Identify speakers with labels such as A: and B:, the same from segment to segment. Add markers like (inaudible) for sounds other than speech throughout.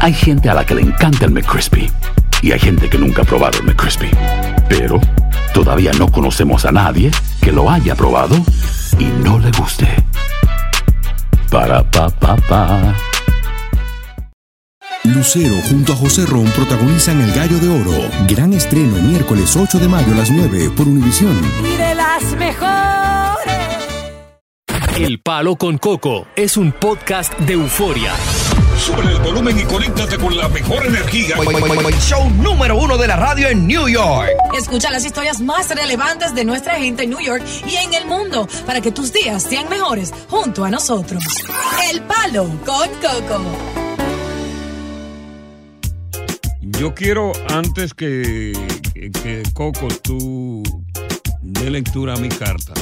A: Hay gente a la que le encanta el McCrispy. Y hay gente que nunca ha probado el McCrispy. Pero todavía no conocemos a nadie que lo haya probado y no le guste. Para pa pa pa.
B: Lucero junto a José Ron protagonizan El Gallo de Oro. Gran estreno miércoles 8 de mayo a las 9 por Univisión.
C: y de las mejores.
D: El Palo con Coco es un podcast de euforia.
E: Sube el volumen y conéctate con la mejor energía.
F: Show número uno de la radio en New York.
C: Escucha las historias más relevantes de nuestra gente en New York y en el mundo para que tus días sean mejores junto a nosotros. El Palo con Coco.
G: Yo quiero, antes que, que Coco tú dé lectura a mi carta,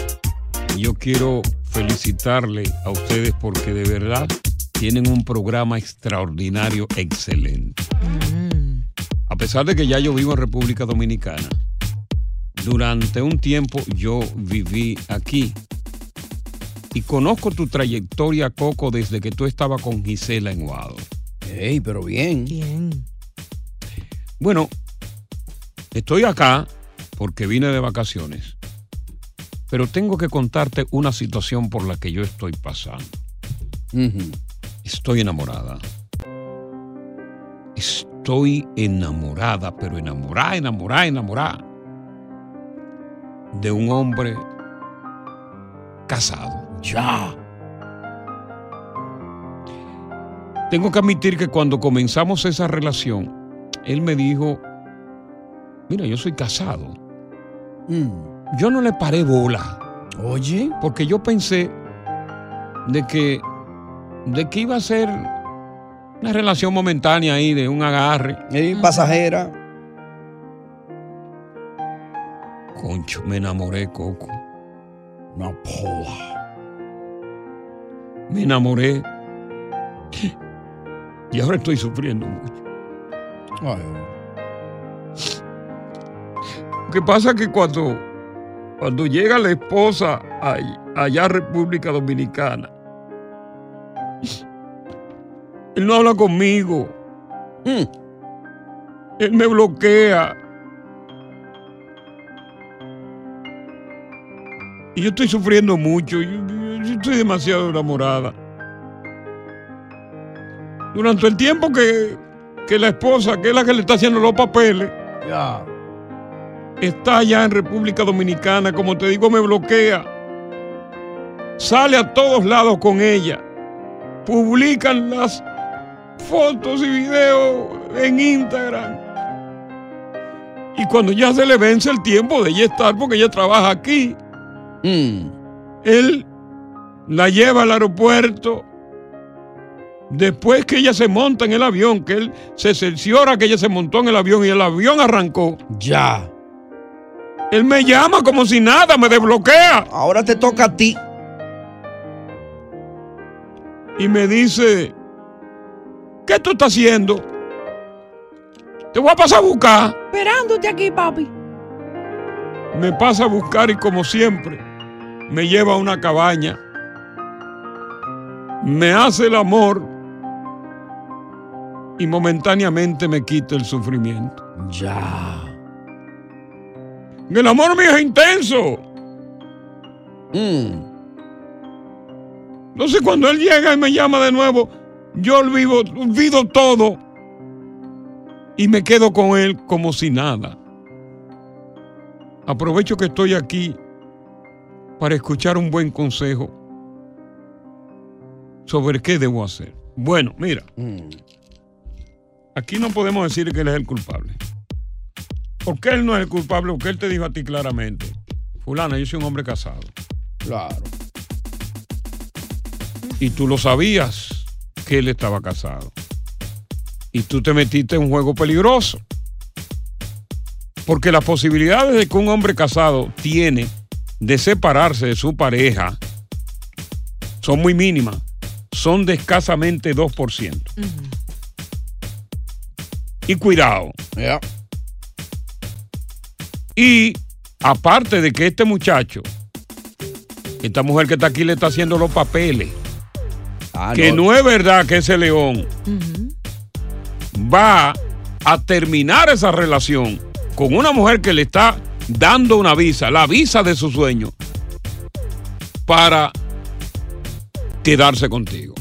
G: yo quiero felicitarle a ustedes porque de verdad tienen un programa extraordinario, excelente. A pesar de que ya yo vivo en República Dominicana, durante un tiempo yo viví aquí. Y conozco tu trayectoria, Coco, desde que tú estabas con Gisela en Guado.
F: Ey, pero bien.
C: Bien.
G: Bueno, estoy acá porque vine de vacaciones, pero tengo que contarte una situación por la que yo estoy pasando.
F: Ujú.
G: Estoy enamorada. Estoy enamorada, pero enamorada, enamorada, enamorada de un hombre casado.
F: Ya.
G: Tengo que admitir que cuando comenzamos esa relación, él me dijo, mira, yo soy casado.
F: Mm.
G: Yo no le paré bola.
F: Oye.
G: porque yo pensé de que, de que iba a ser una relación momentánea ahí, de un agarre.
F: Ey, pasajera.
G: Concho, me enamoré, Coco.
F: Una pola.
G: Me enamoré. Y ahora estoy sufriendo mucho.
F: Ay,
G: Lo que pasa es que cuando, cuando llega la esposa ay- allá a República Dominicana, él no habla conmigo.
F: mm.
G: Él me bloquea. Y yo estoy sufriendo mucho. Yo, yo- yo estoy demasiado enamorada. Durante el tiempo que, que la esposa, que es la que le está haciendo los papeles,
F: Ya.
G: está allá en República Dominicana, como te digo, me bloquea. Sale a todos lados con ella. Publican las fotos y videos en Instagram. Y cuando ya se le vence el tiempo de ella estar, porque ella trabaja aquí,
F: Mm.
G: él la lleva al aeropuerto. Después que ella se monta en el avión, que él se cerciora que ella se montó en el avión y el avión arrancó.
F: Ya.
G: Él me llama como si nada, me desbloquea
F: Ahora te toca a ti.
G: y me dice, ¿qué tú estás haciendo? Te voy a pasar a buscar.
C: Esperándote aquí, papi.
G: Me pasa a buscar y como siempre, me lleva a una cabaña. Me hace el amor y momentáneamente me quita el sufrimiento.
F: Ya.
G: El amor mío es intenso.
F: Mm.
G: Entonces cuando él llega y me llama de nuevo, yo olvido, olvido todo y me quedo con él como si nada. Aprovecho que estoy aquí para escuchar un buen consejo sobre qué debo hacer. Bueno, mira,
F: Mm.
G: aquí no podemos decir que él es el culpable. Porque él no es el culpable, porque él te dijo a ti claramente, fulana, yo soy un hombre casado.
F: Claro.
G: Y tú lo sabías que él estaba casado. y tú te metiste en un juego peligroso. Porque las posibilidades de que un hombre casado tiene de separarse de su pareja son muy mínimas. Son de escasamente 2%. Y cuidado.
F: Ya.
G: Y aparte de que este muchacho, esta mujer que está aquí le está haciendo los papeles,
F: Ah,
G: que no. es verdad que ese león va a terminar esa relación con una mujer que le está dando una visa, la visa de su sueño, para quedarse contigo.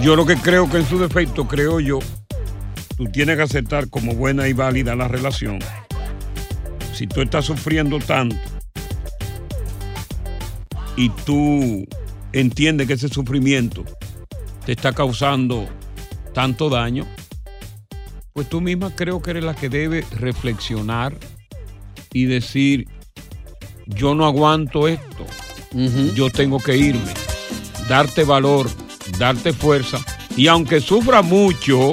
G: Yo lo que creo que en su defecto, creo yo, tú tienes que aceptar como buena y válida la relación. Si tú estás sufriendo tanto y tú entiendes que ese sufrimiento te está causando tanto daño, pues tú misma creo que eres la que debe reflexionar y decir, yo no aguanto esto, yo tengo que irme, darte valor, darte fuerza y aunque sufra mucho,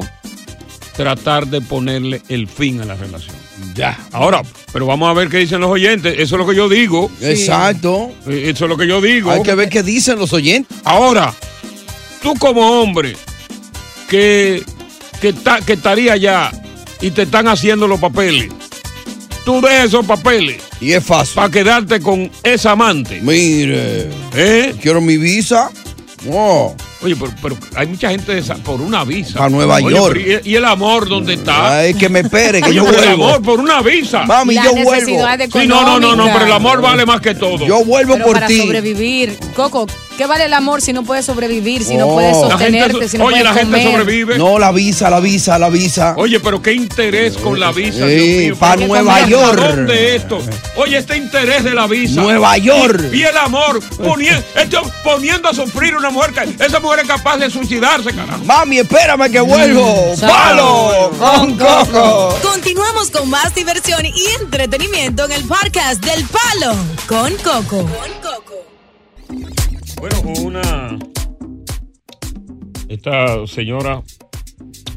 G: tratar de ponerle el fin a la relación.
F: Ya.
G: Ahora, pero vamos a ver qué dicen los oyentes, eso es lo que yo digo,
F: Exacto.
G: eh, eso es lo que yo digo.
F: Hay que ver qué dicen los oyentes.
G: Ahora, tú como hombre que, que, ta- que estaría allá y te están haciendo los papeles, tú dejas esos papeles
F: Y es fácil.
G: para quedarte con esa amante.
F: Mire,
G: ¿eh?
F: quiero mi visa. No.
G: Oye, pero, pero hay mucha gente de esa- por una visa.
F: Pa' Nueva
G: Oye,
F: York.
G: pero ¿Y y el amor dónde está?
F: Ay, que me espere, que
G: Oye,
F: yo
G: pero el amor
F: vuelvo.
G: por una visa.
F: Mami,
C: Las
F: yo vuelvo.
C: necesidades
G: Sí, no, no, no, no,
C: económicas.
G: pero el amor vale más que todo.
F: Yo vuelvo
C: Pero
F: por
C: para
F: ti.
C: sobrevivir. Coco, ¿qué vale el amor si no puedes sobrevivir, si no
F: Oh.
C: puedes
G: la gente,
C: sostenerte, si no
G: oye,
C: puedes
G: la gente
C: comer?
G: sobrevive.
F: No, la visa, la visa, la visa.
G: Oye, pero qué interés con la visa.
F: Sí,
G: Dios mío,
F: pa'
G: pero-
F: Nueva
G: ¿Para
F: York.
G: ¿Dónde esto? Oye, este interés de la visa.
F: Nueva York.
G: Y el amor. poni- este poniendo a sufrir una mujer. que- Esa mujer es capaz de suicidarse, carajo.
F: Mami, espérame que vuelvo. ¡Palo! ¡Con coco!
C: Continuamos con más diversión y entretenimiento en el podcast del Palo con Coco.
G: Bueno, una. Esta señora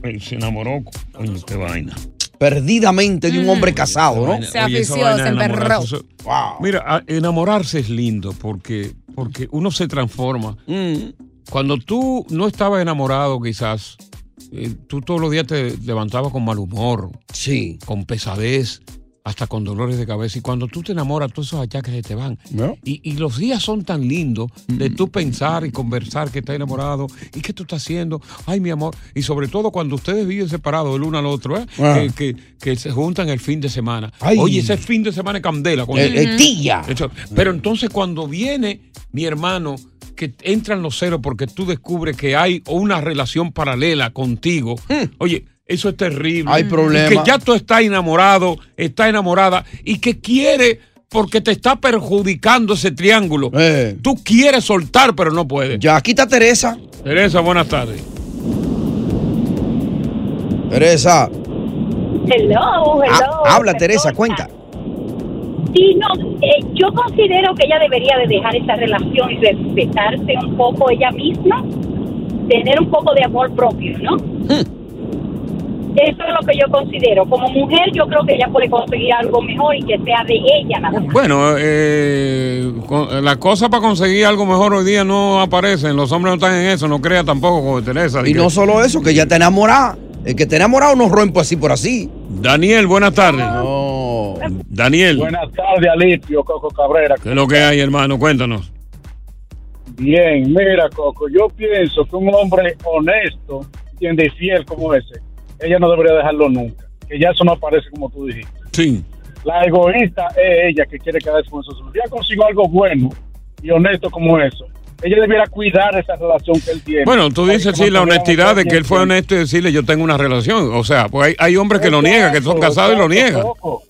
G: eh, se enamoró. Oye, qué vaina.
F: Perdidamente de un hombre casado, ¿no?
C: Se
G: Oye, esa
C: afició,
G: vaina de
C: se emperró.
G: enamorarse, eso-
F: Wow.
G: Mira, a- enamorarse es lindo porque, porque uno se transforma.
F: Mm.
G: Cuando tú no estabas enamorado, quizás, eh, tú todos los días te levantabas con mal humor,
F: Sí.
G: con pesadez, hasta con dolores de cabeza. Y cuando tú te enamoras, todos esos achaques se te van.
F: ¿No? Mm.
G: Y, y los días son tan lindos de tú pensar y conversar que estás enamorado y qué tú estás haciendo. Ay, mi amor. Y sobre todo cuando ustedes viven separados el uno al otro, ¿eh?
F: Ah.
G: que, que- que se juntan el fin de semana.
F: Ay.
G: Oye, ese fin de semana es candela. coño.
F: Eh, eh, tía.
G: Eso- Pero entonces cuando viene mi hermano, que entran los ceros porque tú descubres que hay una relación paralela contigo, oye, eso es terrible.
F: Mm. Hay
G: Y
F: problema.
G: Que ya tú estás enamorado, estás enamorada y que quiere porque te está perjudicando ese triángulo.
F: Eh.
G: Tú quieres soltar, pero no puedes.
F: Ya, aquí está Teresa.
G: Teresa, buenas tardes.
F: Teresa.
H: Hello,
F: ha-
H: hello.
F: habla,
H: perdona.
F: Teresa, cuenta.
H: Sí, no, eh, yo considero que ella debería de dejar esa relación y respetarse un poco ella misma, tener un poco de amor propio, ¿no? Eso es lo que yo considero. Como mujer, yo creo que ella puede conseguir algo mejor y que sea de ella nada más.
G: Bueno, eh, con- la cosa para conseguir algo mejor hoy día no aparece. Los hombres no están en eso, no crea tampoco con Teresa.
F: Y
G: Que-
F: no solo eso, que ya te enamorada. El que te enamorado no rompe así por así.
G: Daniel, buenas tardes.
F: No.
G: Daniel,
I: Buenas tardes, Alipio, Coco Cabrera.
G: ¿qué es lo que hay, hermano? Cuéntanos.
I: Bien, mira, Coco, yo pienso que un hombre honesto, entiende, y fiel como ese, ella no debería dejarlo nunca. Que ya eso no aparece como tú dijiste.
G: Sí.
I: La egoísta es ella que quiere quedarse con eso. Si ella consigo algo bueno y honesto como eso, ella debiera cuidar esa relación que él tiene.
G: Bueno, tú dices, sí, la honestidad de que él fue honesto y decirle, yo tengo una relación. O sea, pues hay, hay hombres que lo niegan, que son casados y lo niegan.
I: Coco.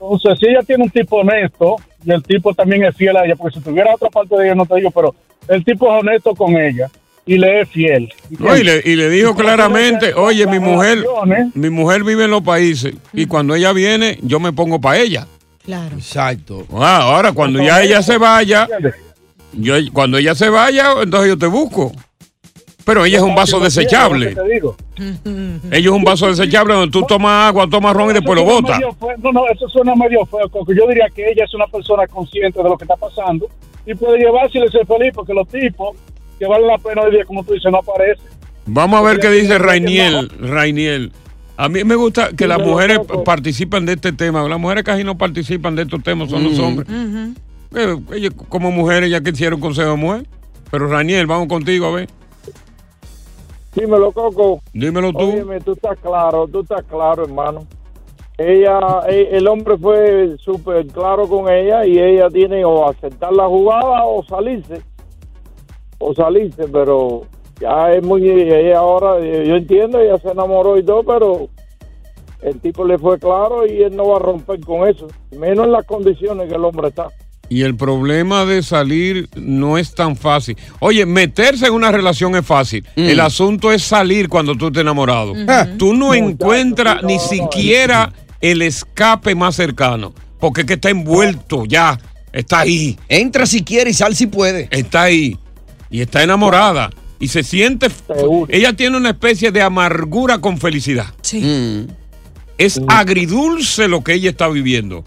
I: Entonces, si ella tiene un tipo honesto y el tipo también es fiel a ella, porque si tuviera otra parte de ella, no te digo, pero el tipo es honesto con ella y le es fiel.
G: No, y, le, y le dijo claramente, oye, mi mujer,
I: Relaciones.
G: mi mujer vive en los países y cuando ella viene, yo me pongo para ella.
C: Claro.
F: Exacto.
G: Ah, ahora, cuando ya ella se vaya,
I: ¿Entiendes?
G: yo, cuando ella se vaya, entonces yo te busco. Pero ella es un vaso desechable.
I: Te digo.
G: (laughs) Ella es un vaso desechable donde tú tomas agua, tomas ron y después lo
I: Eso suena
G: botas.
I: medio feo. No, no, eso suena medio feo, Coco. Yo diría que ella es una persona consciente de lo que está pasando y puede llevarse y ser feliz porque los tipos que valen la pena hoy día, como tú dices, no aparecen.
G: Vamos a ver qué dice Rainiel. Rainiel. A mí me gusta que las mujeres participan de este tema. Las mujeres casi no participan de estos temas, son
J: Mm.
G: los hombres. Eh, ellas como mujeres ya quisieron consejo de mujer. Pero Rainiel, vamos contigo a ver.
K: Dímelo, Coco.
G: Dímelo tú.
K: Óyeme, tú estás claro, tú estás claro, hermano. Ella, e- el hombre fue súper claro con ella y ella tiene o aceptar la jugada o salirse. O salirse, pero ya es muy. Ella ahora, eh, yo entiendo, ella se enamoró y todo, pero el tipo le fue claro y él no va a romper con eso. Menos en las condiciones que el hombre está.
G: Y el problema de salir no es tan fácil. Oye, meterse en una relación es fácil. El asunto es salir cuando tú te enamorado. Tú no encuentras ni siquiera el escape más cercano. Porque es que está envuelto ya. Está ahí. Entra si quiere y sal si puede. Está ahí. Y está enamorada. Y se siente. f- Ella tiene una especie de amargura con felicidad. Sí. Es agridulce lo que ella está viviendo.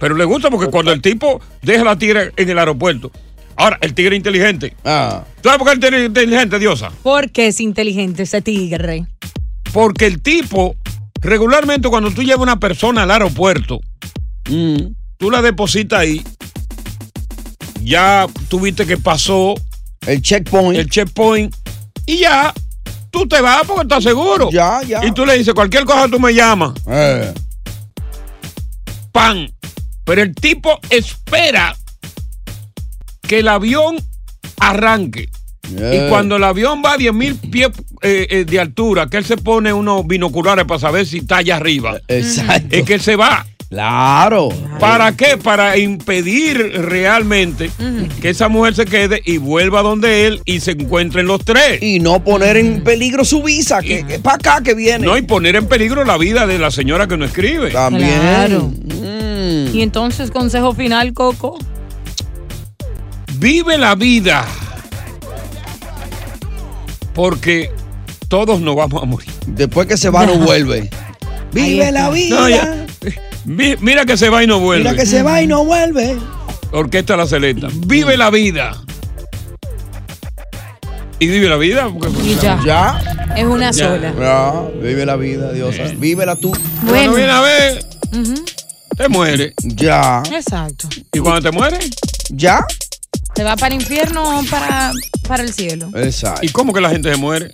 G: Pero le gusta porque cuando el tipo deja la tigre en el aeropuerto. Ahora, el tigre inteligente. ¿Tú sabes por qué el tigre inteligente, Diosa?
C: Porque es inteligente ese tigre.
G: Porque el tipo, regularmente cuando tú llevas a una persona al aeropuerto, tú la depositas ahí, ya tuviste que pasó. El checkpoint. El checkpoint. Y ya, tú te vas porque estás seguro. Ya, ya. Eh. Y tú le dices, cualquier cosa tú me llamas. Pan. Pero el tipo espera que el avión arranque. Y cuando el avión va a 10 mil pies eh, eh, de altura, que él se pone unos binoculares para saber si está allá arriba. Eh, Exacto. Es que él se va. Claro. ¿Para qué? Para impedir realmente que esa mujer se quede y vuelva donde él y se encuentren los tres. Y no poner en peligro su visa, que, es para acá que viene. No, y poner en peligro la vida de la señora que no escribe. También.
C: Claro.
G: Mm.
C: Y entonces, consejo final, Coco.
G: Vive la vida. Porque todos nos vamos a morir. Después que se
L: va, no vuelve.
G: Ahí
L: Vive
G: está.
L: la vida.
G: No, ya. Mi- Mira que se va y no vuelve.
L: Mira que se va y no vuelve.
G: Orquesta La Selecta. Vive la vida. Y vive la vida. porque-
C: Y ya. Es una
G: Ya.
C: sola.
L: Ya, vive la vida, Diosa. Vívela tú.
G: Bueno. Cuando viene a ver, te muere.
C: Ah.
L: Ya.
C: Exacto.
G: ¿Y cuando te mueres?
L: Ya.
C: ¿Te va para el infierno o para, para el cielo?
L: Exacto.
G: ¿Y cómo que la gente se muere?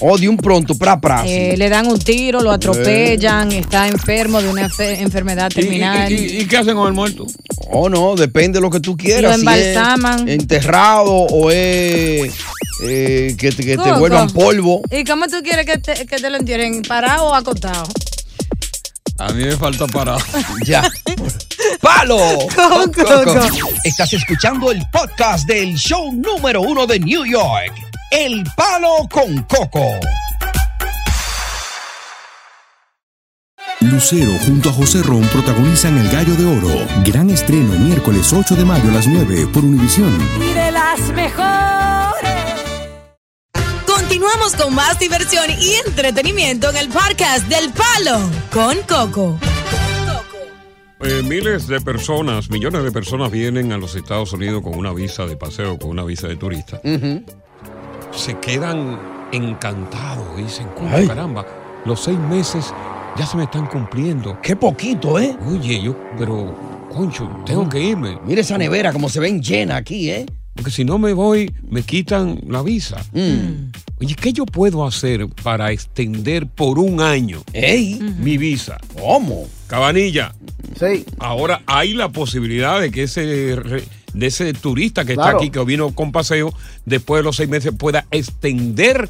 L: Oh, de un pronto, pra, pra.
C: Eh, le dan un tiro, lo atropellan, está enfermo de una fe- enfermedad terminal.
G: pues, qué hacen con el muerto?
L: Oh, no, depende de lo que tú quieras.
C: Lo embalsaman.
L: Si es enterrado o es eh, que, te- que te
C: Coco.
L: vuelvan polvo.
C: ¿Y cómo tú quieres que te, que te lo entierren? ¿Parado o acotado?
G: A mí me falta parado.
L: (laughs) ya. ¡Palo! (laughs)
C: Con Coco.
L: Estás escuchando el podcast del show número uno de New York. El Palo con Coco.
B: Lucero junto a José Ron protagonizan El Gallo de Oro. Gran estreno miércoles 8 de mayo a las 9 por Univisión.
C: Y de las mejores. Continuamos con más diversión y entretenimiento en el podcast del Palo con Coco.
G: Eh, miles de personas, millones de personas vienen a los Estados Unidos con una visa de paseo, con una visa de turista. Se quedan encantados, dicen, "Coño,
L: Ay.
G: caramba, los seis meses ya se me están cumpliendo. Qué poquito, ¿eh? Oye, yo, pero, concho, tengo que irme.
L: Mm. Mira esa nevera, como se ven llena aquí, ¿eh?
G: Porque si no me voy, me quitan la visa.
L: Mm.
G: Oye, ¿qué yo puedo hacer para extender por un año
L: Ey.
G: mi visa? ¿Cómo? Cabanilla.
M: Sí.
G: Ahora hay la posibilidad de que ese, re- de ese turista que
M: Claro.
G: está aquí, que vino con paseo, después de los seis meses pueda extender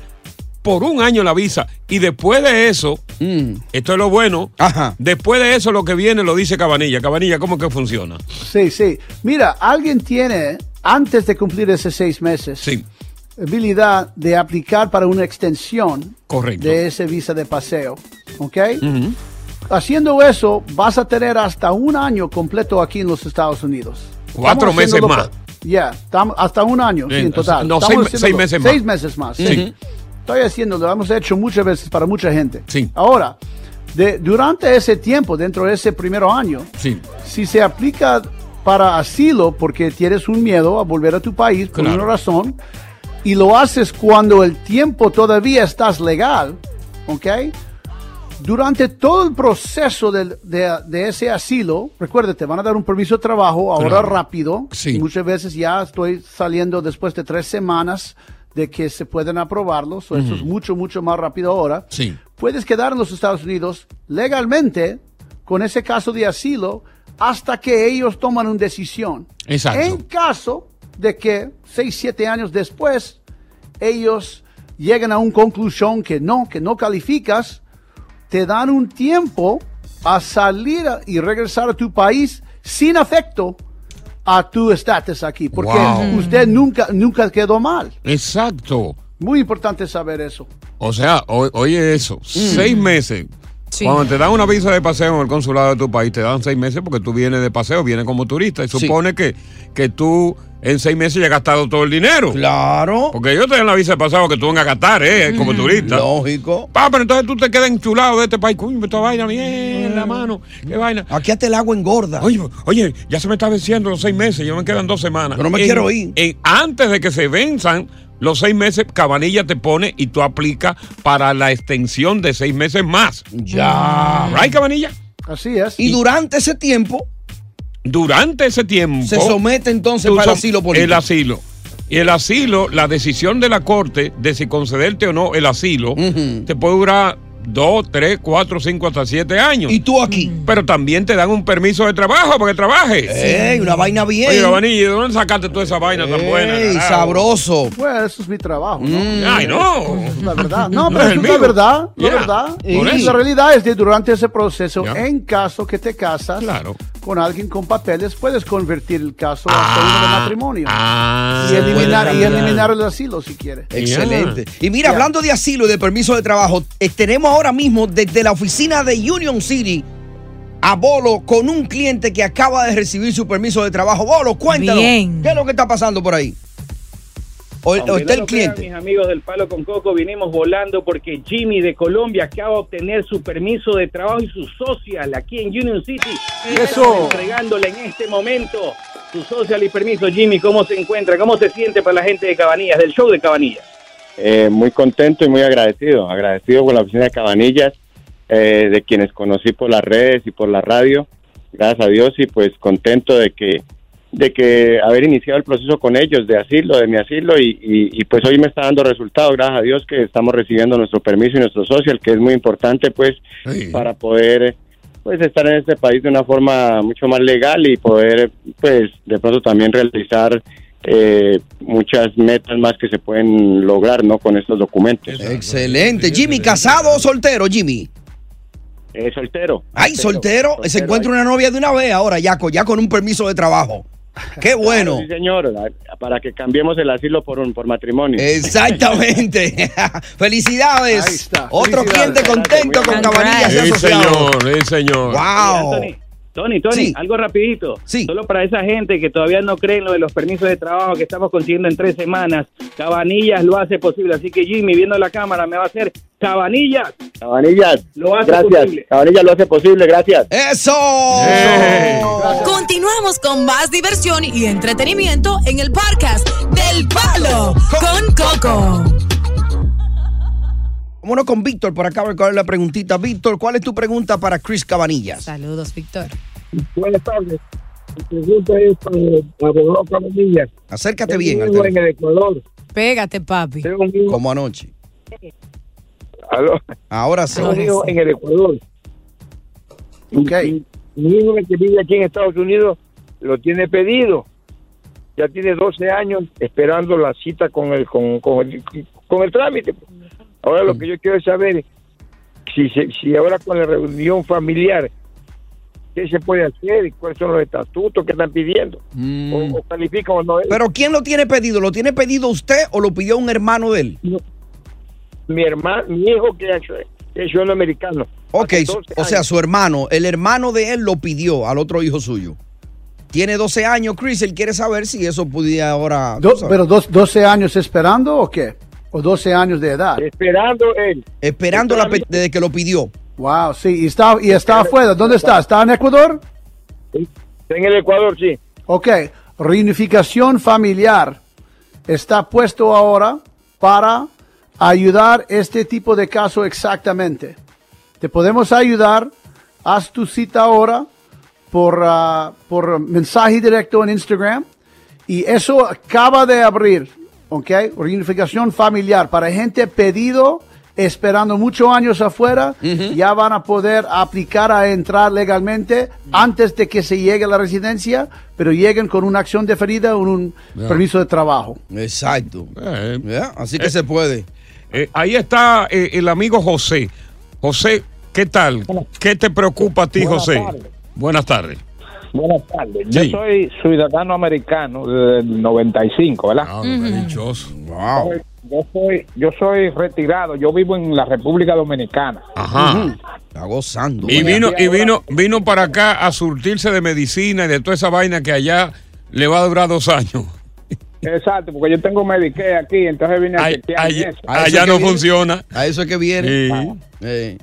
G: por un año la visa. Y después de eso,
M: Mm.
G: esto es lo bueno, después de eso lo que viene lo dice Cabanilla. Cabanilla, ¿cómo que funciona?
M: Sí, sí. Mira, alguien tiene, antes de cumplir esos seis meses, habilidad de aplicar para una extensión
G: Correcto.
M: de ese visa de paseo. ¿Ok? Haciendo eso, vas a tener hasta un año completo aquí en los Estados Unidos.
G: Cuatro
M: Estamos
G: meses
M: haciéndolo
G: más.
M: pa- Ya, tam- hasta un año, sí,
G: Bien,
M: en total.
G: no,
M: Estamos
G: seis-
M: haciéndolo.
G: seis meses más.
M: Seis meses más.
G: Sí.
M: sí. Estoy haciendo, lo hemos hecho muchas veces para mucha gente. Ahora, de- durante ese tiempo, dentro de ese primer año,
G: Sí.
M: si se aplica para asilo porque tienes un miedo a volver a tu país por una razón y lo haces cuando el tiempo todavía estás legal, ¿ok? Durante todo el proceso del- de, de ese asilo, recuérdate, te van a dar un permiso de trabajo ahora
G: Claro.
M: rápido.
G: Sí.
M: Muchas veces ya estoy saliendo después de tres semanas de que se pueden aprobarlos, o eso es
G: Ujú.
M: mucho, mucho más rápido ahora
G: Sí.
M: puedes quedar en los Estados Unidos legalmente con ese caso de asilo hasta que ellos toman una decisión.
J: Exacto.
M: En caso de que 6, 7 años después ellos lleguen a una conclusión que no, que no calificas, te dan un tiempo a salir a- y regresar a tu país sin afecto a tu estatus aquí, porque
G: Wow.
M: usted nunca, nunca quedó mal.
G: Exacto.
M: Muy importante saber eso.
G: O sea, o- oye
M: Mm.
G: eso, seis meses.
M: Sí.
G: Cuando te dan una visa de paseo en el consulado de tu país, te dan seis meses porque tú vienes de paseo, vienes como turista y supone que, que tú en seis meses ya has gastado todo el dinero.
L: Claro. Mm,
G: Porque ellos te dan la visa de paseo que tú vengas a gastar, ¿eh? Como turista.
L: Lógico.
G: Ah, pero entonces tú te quedas enchulado de este país. Coño, esta vaina bien, la mano. Qué vaina.
L: Ah. Aquí hasta el agua engorda.
G: Oye, oye, ya se me está venciendo los seis meses, ya me quedan dos semanas.
L: Yo no me quiero ir.
G: en- antes de que se venzan los seis meses, Cabanilla te pone y tú aplicas para la extensión de seis meses más.
L: Ya.
G: ¿Right, Cabanilla?
M: Así es.
L: Y durante ese tiempo.
G: Durante ese tiempo.
L: Se somete entonces
G: tú
L: para el
G: som-
L: asilo político.
G: El asilo. Y el asilo, la decisión de la corte de si concederte o no el asilo, te puede durar dos, tres, cuatro, cinco, hasta siete años. Y
L: tú aquí.
G: Pero también te dan un permiso de trabajo para que trabajes.
L: Ey, una vaina bien.
G: Oye, Gabanilla, ¿de dónde sacaste toda esa vaina tan buena?
L: Ey,
G: carajo?
L: sabroso.
M: Bueno, eso es mi trabajo. ¿no?
L: Mm.
G: Ay, no.
M: Eso es la verdad. No,
G: No
M: pero
G: es
M: eso
G: el
M: es la
G: mío.
M: verdad. La
G: Yeah,
M: verdad.
G: por
M: Y
G: eso.
M: la realidad es que durante ese proceso,
G: Ya.
M: en caso que te casas con alguien con papeles, puedes convertir el caso a segundo de matrimonio.
G: Ah.
M: y, eliminar,
L: puede
M: y
L: cambiar.
M: eliminar el asilo si quieres.
L: Excelente. Y mira, hablando de asilo y de permiso de trabajo, eh, tenemos ahora mismo desde la oficina de Union City a Bolo con un cliente que acaba de recibir su permiso de trabajo. Bolo, cuéntanos.
N: Bien.
L: ¿Qué es lo que está pasando por ahí? O, o
N: Aunque
L: está
N: no
L: el
N: lo crean,
L: cliente.
N: mis amigos del Palo con Coco, vinimos volando porque Jimmy de Colombia acaba de obtener su permiso de trabajo y su social aquí en Union City. Y
M: Eso.
N: estamos entregándole en este momento su social y permiso. Jimmy, ¿cómo se encuentra? ¿Cómo se siente para la gente de Cabanillas, del show de Cabanillas?
O: Eh, muy contento y muy agradecido, agradecido con la oficina de Cabanillas, eh, de quienes conocí por las redes y por la radio, gracias a Dios y pues contento de que de que haber iniciado el proceso con ellos de asilo, de mi asilo y, y- y, pues hoy me está dando resultados, gracias a Dios que estamos recibiendo nuestro permiso y nuestro social, que es muy importante pues para poder eh, pues estar en este país de una forma mucho más legal y poder pues de pronto también realizar eh, muchas metas más que se pueden lograr no con estos documentos
L: Excelente. Jimmy, ¿casado o soltero, Jimmy?
O: Eh, soltero.
L: Ay, soltero. Se encuentra una novia de una vez ahora, ya con, ya con un permiso de trabajo. Qué bueno.
O: Ah, sí señor a- para que cambiemos el asilo por un por matrimonio (laughs)
L: Exactamente. Felicidades. Otro
O: Felicidades.
L: cliente contento con Cabanillas y
G: Sí,
L: asociados.
G: señor, sí, señor.
L: Wow.
N: Oye, Tony, Tony, Tony, algo rapidito. Solo para esa gente que todavía no cree en lo de los permisos de trabajo que estamos consiguiendo en tres semanas, Cabanillas lo hace posible. Así que Jimmy, viendo la cámara, me va a hacer Cabanillas.
O: Cabanillas
N: Lo hace
O: gracias
N: posible.
O: Cabanillas lo hace posible gracias
L: eso
C: Continuamos con más diversión y entretenimiento en el podcast del Palo con Coco.
L: Vámonos con Víctor por acá a la preguntita. Víctor, ¿cuál es tu pregunta para Chris Cabanillas?
C: Saludos, Víctor.
P: Buenas tardes. Mi pregunta es para el abogado Cabanillas.
L: Acércate
P: Yo
L: bien al
P: vivo en
L: teléfono.
P: el Ecuador.
C: Pégate, papi.
L: Como anoche.
P: ¿Aló?
L: Ahora sí.
P: Yo vivo en el Ecuador. Mi- Mi hijo que vive aquí en Estados Unidos lo tiene pedido. Ya tiene 12 años esperando la cita con el, con, con el, con el trámite. Ahora lo que yo quiero es saber es si, se- si ahora con la reunión familiar, ¿qué se puede hacer? ¿Cuáles son los estatutos que están pidiendo?
O: Mm.
P: ¿O, o califica o no? él?
L: Mm. Pero ¿quién lo tiene pedido? ¿Lo tiene pedido usted o lo pidió un hermano de él?
P: mi hermano, mi hijo que es, que es ciudadano americano.
L: Ok,
P: Hace
L: su-
P: 12
L: o sea,
P: años.
L: su hermano, el hermano de él lo pidió al otro hijo suyo. Tiene 12 años, Chris. Él quiere saber si eso pudiera ahora.
M: Do-
L: tú sabes.
M: ¿Pero dos- 12 años esperando o qué? ¿O 12 años de edad?
P: Esperando él.
L: Esperando la pe- desde que lo pidió.
M: Wow, sí. Y está, y está afuera. ¿Dónde está? ¿Está en Ecuador?
P: En el Ecuador, sí.
M: Ok. Reunificación familiar está puesto ahora para ayudar este tipo de caso exactamente. Te podemos ayudar. Haz tu cita ahora por, ah, por mensaje directo en Instagram. Y eso acaba de abrir, ¿ok? Reunificación familiar para gente pedido, esperando muchos años afuera, ya van a poder aplicar a entrar legalmente antes de que se llegue a la residencia, pero lleguen con una acción deferida o un
L: Ya.
M: permiso de trabajo.
L: Exacto. Ya, Así que se puede.
G: Eh, ahí está eh, el amigo José. José, ¿qué tal? ¿Qué te preocupa a ti,
P: Buenas
G: José?
P: tardes.
G: Buenas tardes.
P: Buenas tardes. Yo
G: Sí.
P: soy ciudadano americano desde el 95, ¿verdad?
G: Ah, Wow.
P: Yo soy, yo soy retirado, yo vivo en la República Dominicana.
G: Ajá.
L: Está gozando.
G: Y vino, y vino, vino para acá a surtirse de medicina y de toda esa vaina que allá le va a durar dos años.
P: Exacto, porque yo tengo Medicare aquí, entonces vine a
G: Ay,
P: chequear
G: ay,
P: eso.
G: ay. Allá no funciona.
L: A eso es que viene.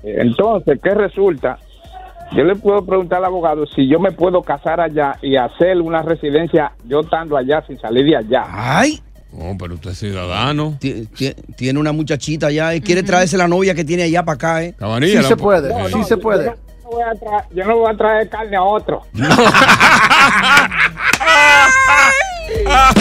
P: Entonces, ¿qué resulta? Yo le puedo preguntar al abogado si yo me puedo casar allá y hacer una residencia yo estando allá sin salir de allá.
L: Ay.
G: No, pero usted es ciudadano.
L: Tiene una muchachita allá y quiere traerse la novia que tiene allá para acá, ¿eh?
G: Cabanilla, Sí la- se puede, sí se puede.
P: Yo no, voy a tra- yo no voy a traer carne a otro.
L: Ah.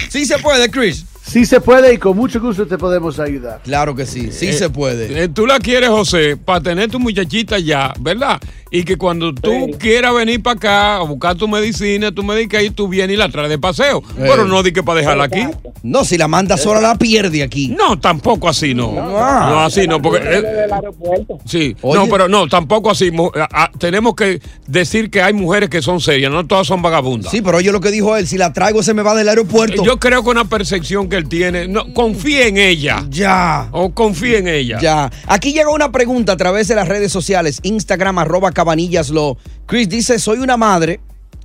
L: (laughs) sí se puede, Chris.
M: Sí se puede y con mucho gusto te podemos ayudar.
L: Claro que sí, sí
G: Eh,
L: se puede.
G: eh, tú la quieres, José, para tener tu muchachita ya, ¿verdad? Y que cuando tú quieras venir para acá a buscar tu medicina, tu Medicaid, tú vienes y la traes de paseo. Pero no di que para dejarla aquí.
L: No, si la manda sola la pierde aquí.
G: No, tampoco así, no. No, así no, porque... eh, sí, no,
L: Oye.
G: pero no, tampoco así. mu- a- a- tenemos que decir que hay mujeres que son serias, no todas son vagabundas.
L: Sí, pero oye lo que dijo él, si la traigo se me va del aeropuerto.
G: Yo creo que una percepción que él tiene, no, confía en ella.
L: Ya.
G: O confía en ella.
L: Ya. Aquí llega una pregunta a través de las redes sociales, Instagram, arroba cabanillaslo. Chris dice, soy una madre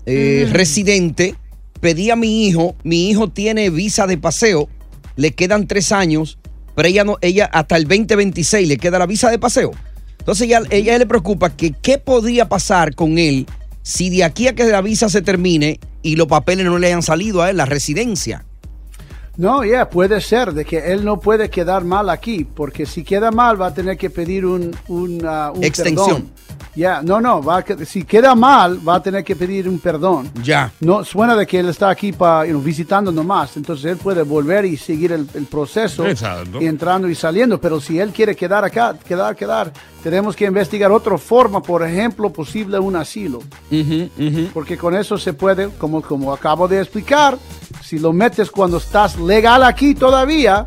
L: eh, residente, pedí a mi hijo, mi hijo tiene visa de paseo, le quedan tres años, pero ella, no, ella hasta el 2026 le queda la visa de paseo. Entonces ella, ella le preocupa que qué podría pasar con él si de aquí a que la visa se termine y los papeles no le hayan salido a él, la residencia.
M: No, ya, puede ser, de que él no puede quedar mal aquí, porque si queda mal va a tener que pedir un, un, ah, un
L: Extensión.
M: perdón. Ya, no, no, va a que- si queda mal va a tener que pedir un perdón.
L: Ya.
M: No, suena de que él está aquí para visitando nomás, entonces él puede volver y seguir el, el proceso,
G: Exacto.
M: y entrando y saliendo, pero si él quiere quedar acá, quedar, quedar, tenemos que investigar otra forma, por ejemplo, posible un asilo. Porque con eso se puede, como, como acabo de explicar, si lo metes cuando estás legal aquí todavía,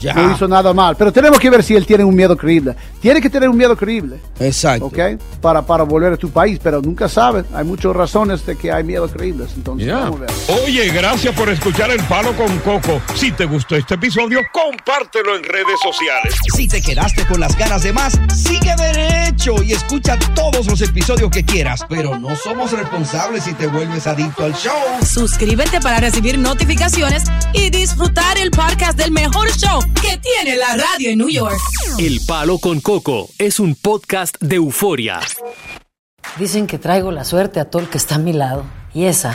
L: Ya.
M: no hizo nada mal. Pero tenemos que ver si él tiene un miedo creíble. Tiene que tener un miedo creíble,
L: Exacto.
M: ¿ok? Para, para volver a tu país, pero nunca sabes. Hay muchas razones de que hay miedo creíbles. Entonces,
G: Ya.
M: vamos a ver.
G: Oye, gracias por escuchar El Palo con Coco. Si te gustó este episodio, compártelo en redes sociales.
L: Si te quedaste con las ganas de más, sigue derecho y escucha todos los episodios que quieras, pero no somos responsables si te vuelves adicto al show.
C: Suscríbete para recibir notificaciones y disfrutar el podcast del mejor show que tiene la radio en New York.
D: El Palo con Coco es un podcast de euforia.
J: Dicen que traigo la suerte a todo el que está a mi lado. Y esa